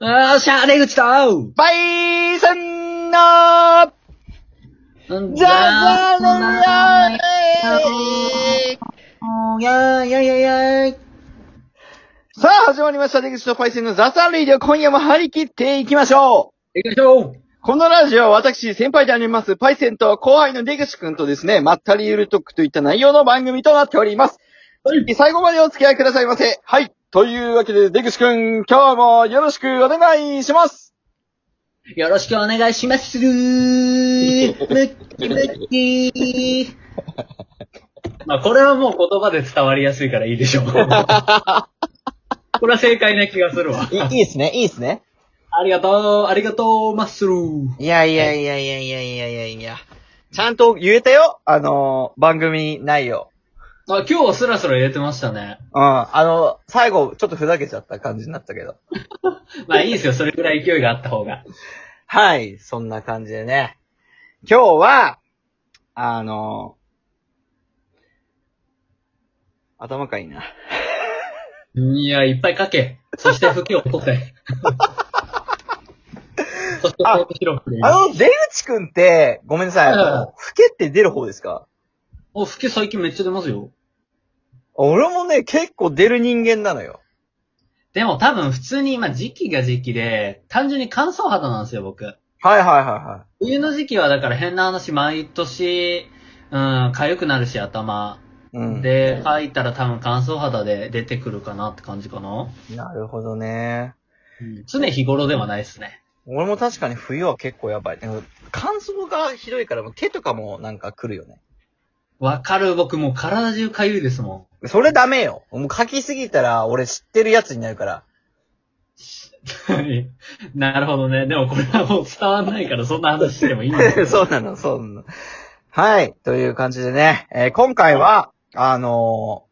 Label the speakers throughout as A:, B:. A: あー、シャー出口と
B: バイソンのザ
A: ザ
B: ザザ
A: やいやいやいやい
B: さあ、始まりました。出口とパイセンのザザレイディオ、今夜も張り切っていきましょ
A: 行きましょう
B: うこのラジオは私、先輩であります、パイセンと後輩の出口くんとですね、まったりゆるトークといった内容の番組となっております。
A: はい
B: 最後までお付き合いくださいませ。はい。というわけで、出口くん、今日もよろしくお願いします
A: よろしくお願いしまするーむっきむっきーまあ、これはもう言葉で伝わりやすいからいいでしょう。これは正解な気がするわ。
B: いいですね、いいですね。
A: ありがとう、ありがとう、マッスルー。
B: いやいやいやいやいやいやいやいや。ちゃんと言えたよあのー、番組内容。
A: あ、今日はスラスラ入れてましたね。
B: うん。あの、最後、ちょっとふざけちゃった感じになったけど。
A: まあいいですよ、それくらい勢いがあった方が。
B: はい、そんな感じでね。今日は、あの、頭かいな。
A: いや、いっぱい書け。そして吹きを取って。 そして
B: あ
A: 面白く
B: あの、出口くんって、ごめんなさい、
A: はいはいはい
B: 老けって出る方ですか
A: お、吹き最近めっちゃ出ますよ。
B: 俺もね、結構出る人間なのよ。
A: でも多分普通に今時期が時期で、単純に乾燥肌なんですよ、僕。
B: はいはいはいは
A: 冬の時期はだから変な話、毎年、うん、痒くなるし、頭。
B: い。うん。
A: で、書いたら多分乾燥肌で出てくるかなって感じかな。
B: なるほどね。
A: 常日頃ではないですね。
B: 俺も確かに冬は結構やばい。でも乾燥がひどいから、もう手とかもなんか来るよね。
A: わかる、僕もう体中痒いですもん。
B: それダメよ。もう書きすぎたら、俺知ってるやつにな るから。
A: はいなるほどね。でもこれはもう伝わんないから、そんな話してもいいんだよ。
B: そうなの、そうなの。はい、という感じでね、えー今回は、あの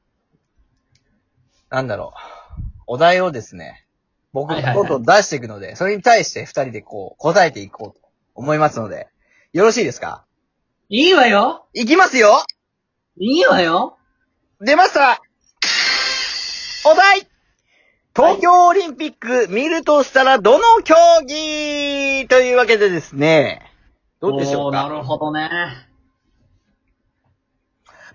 B: ーなんだろう、お題をですね、僕
A: はい
B: が
A: はい
B: ど
A: は
B: ん
A: い
B: どん出していくので、それに対して二人でこう、答えていこうと思いますので、よろしいですか
A: いいわよ
B: いきますよ
A: いいわよ
B: 出ましたお題東京オリンピック見るとしたらどの競技というわけでですね、どうでしょう
A: おー
B: か
A: なるほどね。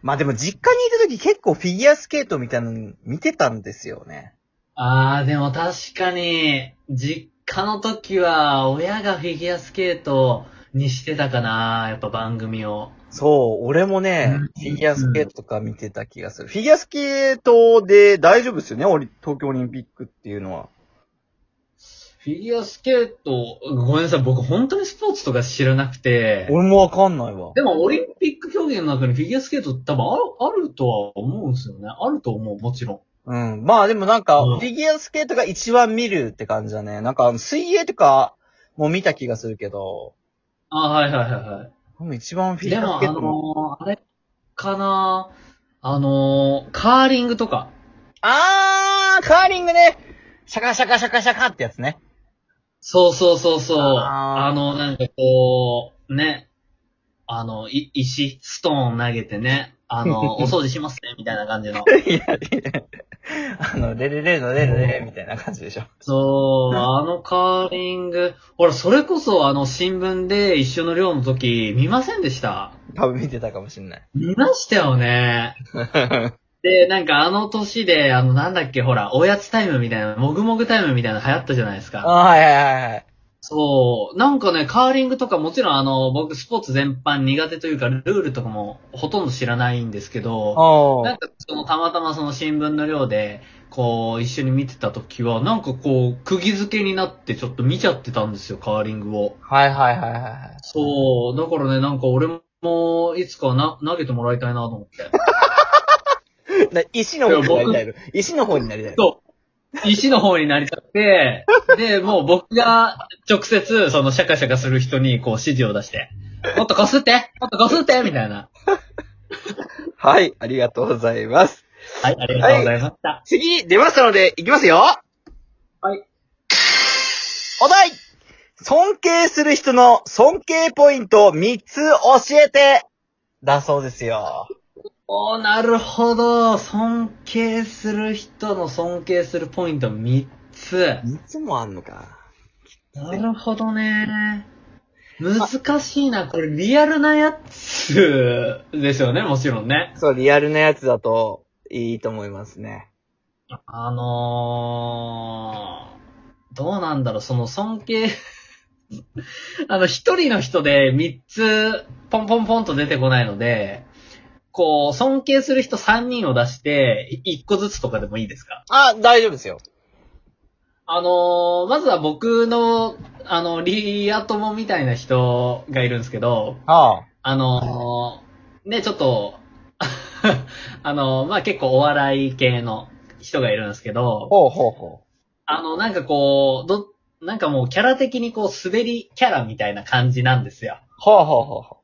B: まあでも実家にいた時結構フィギュアスケートみたいなの見てたんですよね。
A: あー、でも確かに、実家の時は、親がフィギュアスケートにしてたかな、やっぱ番組を。
B: そう、俺もね
A: うん、
B: フィギュアスケートとか見てた気がする。フィギュアスケートで大丈夫ですよね、オリ東京オリンピックっていうのは。
A: フィギュアスケート、ごめんなさい、僕本当にスポーツとか知らなくて。
B: 俺もわかんないわ。
A: でも、オリンピック競技の中にフィギュアスケート多分ある、あるとは思うんですよね。あると思う、もちろん。
B: うん。まあでもなんか、
A: うん
B: フィギュアスケートが一番見るって感じだね。なんかあの水泳とかも見た気がするけど、
A: あー、はいはいはいはい。
B: でも一番フィギ
A: で
B: ュ
A: も、
B: アスケ
A: あ
B: ートも。
A: のー、あれかなあのー、カーリングとか。
B: あー、カーリングねシャカシャカシャカシャカってやつね。
A: そうそうそうそう。
B: あー
A: あの、なんかこう、ね。あの、い石、ストーン投げてね。あの、お掃除します ね、みたいな感じの。
B: いや、いやあの、レレレのレレレみたいな感じでしょ。
A: そう、あのカーリング。ほら、それこそあの、新聞で一緒の寮の時、見ませんでした
B: 多分見てたかもしんない。
A: 見ましたよね。
B: は
A: で、なんかあの年で、あの、なんだっけ、ほら、おやつタイムみたいな、もぐもぐタイムみたいなの流行ったじゃないですか。
B: いはいはいはい。
A: そう。なんかね、カーリングとかもちろんあの、僕スポーツ全般苦手というか、ルールとかもほとんど知らないんですけど、
B: お
A: なんかそのたまたまその新聞の量で、こう、一緒に見てた時は、なんかこう、釘付けになってちょっと見ちゃってたんですよ、カーリングを。
B: はいはいはいはい。
A: そう。だからね、なんか俺も、いつかな、投げてもらいたいなと思って。
B: な石の方になりたいの。石の方になりたいの。
A: そう。石の方になりたくて、で、もう僕が直接、そのシャカシャカする人にこう指示を出して、もっとこすってもっとこすってみたいな。
B: はい、ありがとうございます。
A: はい、ありがとうございました。
B: 次、出ましたので、いきますよ
A: はい。
B: お題尊敬する人の尊敬ポイント3つ教えてだそうですよ。
A: おー、なるほど。尊敬する人の尊敬するポイント3つ。つ。
B: いつもあんのか。
A: なるほどね。難しいな。これリアルなやつですよね、もちろんね。
B: そう、リアルなやつだといいと思いますね。
A: あのー、どうなんだろう、その尊敬、 あの、一人の人で三つ、ポンポンポンと出てこないので、こう、尊敬する人三人を出して、一個ずつとかでもいいですか
B: あ、大丈夫ですよ。
A: あのー、まずは僕の、あの、リア友みたいな人がいるんですけど、
B: あ
A: あのー、ね、ちょっと、 あのー、まあ、結構お笑い系の人がいるんですけど、
B: ほうほうほ
A: あの、なんかこう、ど、なんかもうキャラ的にこう滑りキャラみたいな感じなんですよ。
B: う。ほうほうほうほ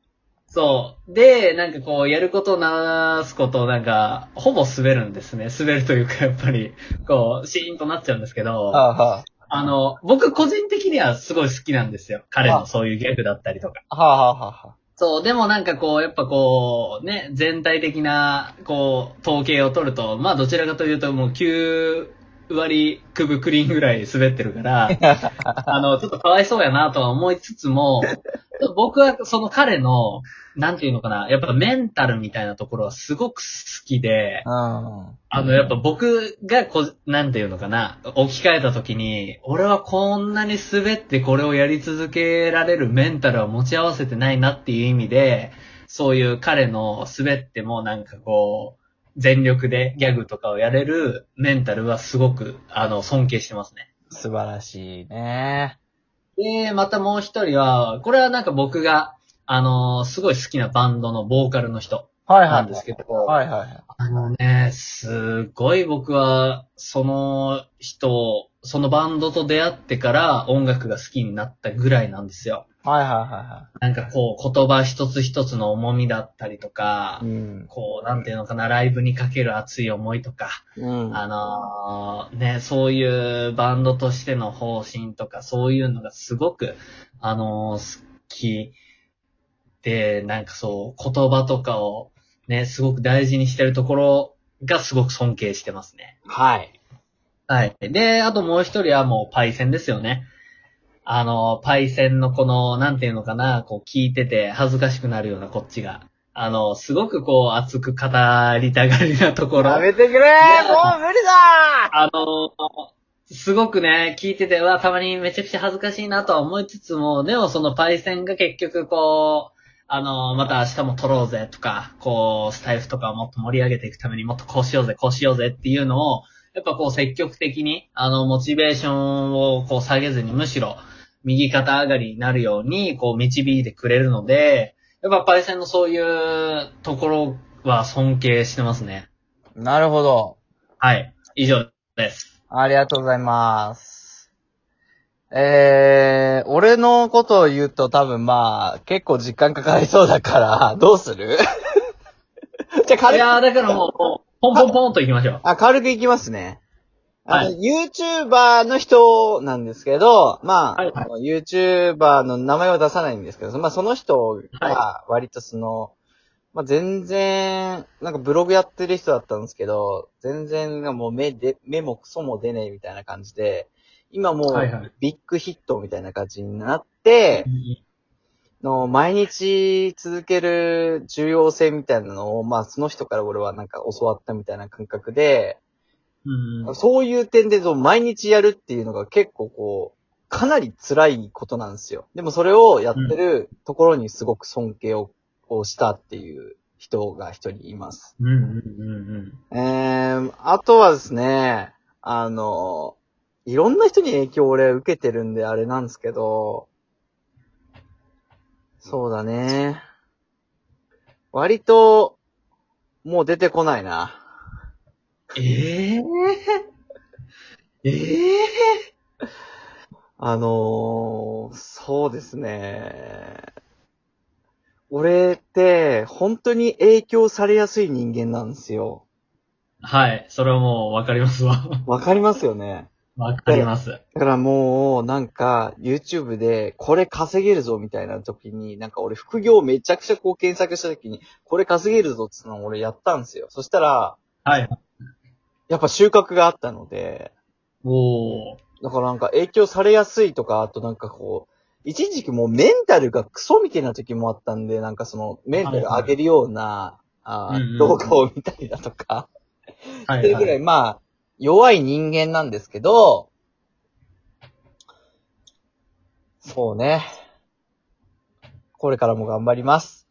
A: そう。で、なんかこう、やることなすこと、なんか、ほぼ滑るんですね。滑るというか、やっぱり、こう、シーンとなっちゃうんですけど、
B: う。はあは
A: あの、僕個人的にはすごい好きなんですよ。彼のそういうギャグだったりとか。
B: あ。はあはあはあ。
A: そう、でもなんかこう、やっぱこう、ね、全体的な、こう、統計を取ると、まあどちらかというともう9割くぶくりんぐらい滑ってるから、あの、ちょっとかわいそうやなとは思いつつも、僕はその彼の、なんていうのかな、やっぱメンタルみたいなところはすごく好きで、
B: うん。
A: あの、やっぱ僕がこ、なんていうのかな、置き換えた時に、俺はこんなに滑ってこれをやり続けられるメンタルは持ち合わせてないなっていう意味で、そういう彼の滑ってもなんかこう、全力でギャグとかをやれるメンタルはすごく、あの、尊敬してますね。
B: 素晴らしいね。
A: で、またもう一人は、これはなんか僕が、あの、すごい好きなバンドのボーカルの人
B: はい
A: なんですけど、
B: はいはいはい。
A: あのね、すごい僕は、その人、そのバンドと出会ってから音楽が好きになったぐらいなんですよ。
B: はいはいは
A: なんかこう、言葉一つ一つの重みだったりとか
B: いはい。う、ん。
A: こう、なんていうのかな、ライブにかける熱い思いとか、
B: うん。
A: あのーね、そういうバンドとしての方針とか、そういうのがすごく、あのー好きで、なんかそう、言葉とかをね、すごく大事にしてるところがすごく尊敬してますね。
B: はい。
A: はい。で、あともう一人はもうパイセンですよね。あのー、パイセンのこの、なんていうのかな、こう聞いてて恥ずかしくなるようなこっちが。あのー、すごくこう熱く語りたがりなところ。
B: やめてくれもう無理だ
A: あのすごくね、聞いてて、うわ、たまにめちゃくちゃ恥ずかしいなとは思いつつも、でもそのパイセンが結局こう、あのまた明日も撮ろうぜとか、こう、スタイフとかをもっと盛り上げていくためにもっとこうしようぜ、こうしようぜっていうのを、やっぱこう積極的に、あの、モチベーションをこう下げずに、むしろ、右肩上がりになるように、こう導いてくれるので、やっぱパイセンのそういうところは尊敬してますね。
B: なるほど。
A: はい。以上です。
B: ありがとうございます。えー、俺のことを言うと多分まあ、結構時間かかりそうだから、どうする じゃあ
A: い
B: 軽く、
A: やー、だからもう、ポンポンポンと行きましょう。
B: あ、軽くいきますね。あの、
A: は
B: YouTuber の人なんですけど、まあ、
A: はいはい
B: あの YouTuber の名前は出さないんですけど、まあその人が割とその、まあ全然、なんかブログやってる人だったんですけど、全然もう目で、目もクソも出ねえみたいな感じで、今も
A: はいはいう
B: ビッグヒットみたいな感じになって、の、毎日続ける重要性みたいなのを、まあその人から俺はなんか教わったみたいな感覚で、
A: うん。
B: そういう点で、そう毎日やるっていうのが結構こう、かなり辛いことなんですよ。でもそれをやってるところにすごく尊敬を,、したっていう人が一人います。
A: うんうん
B: えー、あとはですね、あの、いろんな人に影響を俺受けてるんであれなんですけど、そうだね。割と、もう出てこないな。
A: ええー、ええ
B: あのー、そうですね。俺って、本当に影響されやすい人間なんですよ。
A: ー、はい、それはもうわかりますわ。
B: わかりますよね。
A: わかります。
B: だからもう、なんか、YouTube で、これ稼げるぞみたいな時に、なんか俺副業めちゃくちゃこう検索した時に、これ稼げるぞってのを俺やったんですよ。そしたら、
A: はい。
B: やっぱ収穫があったので、
A: おー。
B: だからなんか影響されやすいとか、あとなんかこう、一時期もうメンタルがクソみたいな時もあったんで、なんかそのメンタル上げるような、
A: いはいうんうんう
B: あ
A: ん
B: 動画を見たりだとか、
A: は
B: って
A: い、
B: いうぐ
A: は
B: らい
A: い。
B: まあ、弱い人間なんですけど、そうね。これからも頑張ります。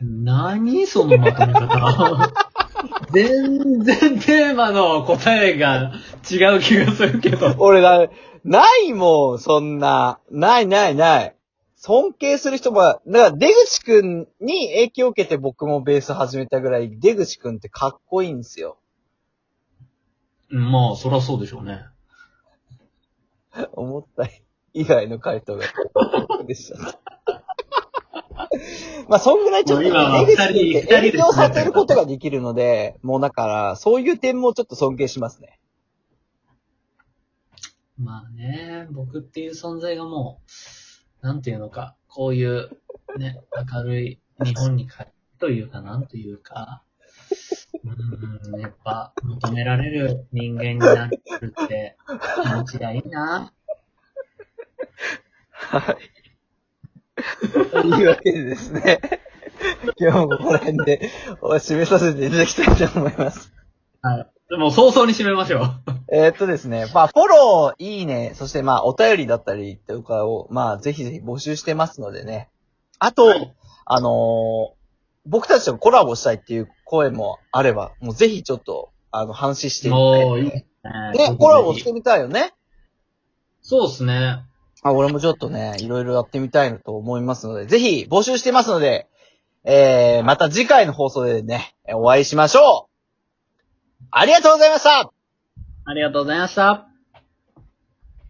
A: 何そのまとめ方。 全然テーマの答えが違う気がするけど。
B: 俺だ、ないもん、そんな。ないないない。尊敬する人は、だから出口くんに影響を受けて僕もベース始めたぐらい、出口くんってかっこいいんですよ。
A: まあ、そらそうでしょうね。
B: 思った以外の回答が。でした。 まあ、そんぐらいちょっ
A: もう
B: と、
A: 今は
B: 出口君って
A: 二人
B: 影響させることができるので、もうだから、そういう点もちょっと尊敬しますね。
A: まあね、僕っていう存在がもう、なんていうのか、こういう、ね、明るい日本に帰るというか、なんというか、うーん、やっぱ、求められる人間になるって気持ちがいいな。
B: というわけでですね、 今日もこの辺で、お締めさせていただきたいと思います。
A: はい。でも早々に締めましょう。
B: えーっとですね、まあ、フォロー、いいね、そしてまあ、お便りだったりとかを、まあ、ぜひぜひ募集してますのでね。あと、
A: はい
B: あのー僕たちとコラボしたいっていう声もあれば、もうぜひちょっと、あの、話してみ
A: もういい
B: た
A: ね。
B: い。ね、コラボしてみたいよね。
A: そうですね。
B: あ、俺もちょっとね、いろいろやってみたいと思いますので、ぜひ募集してますので、えー、また次回の放送でね、お会いしましょうありがとうございました
A: ありがとうございました。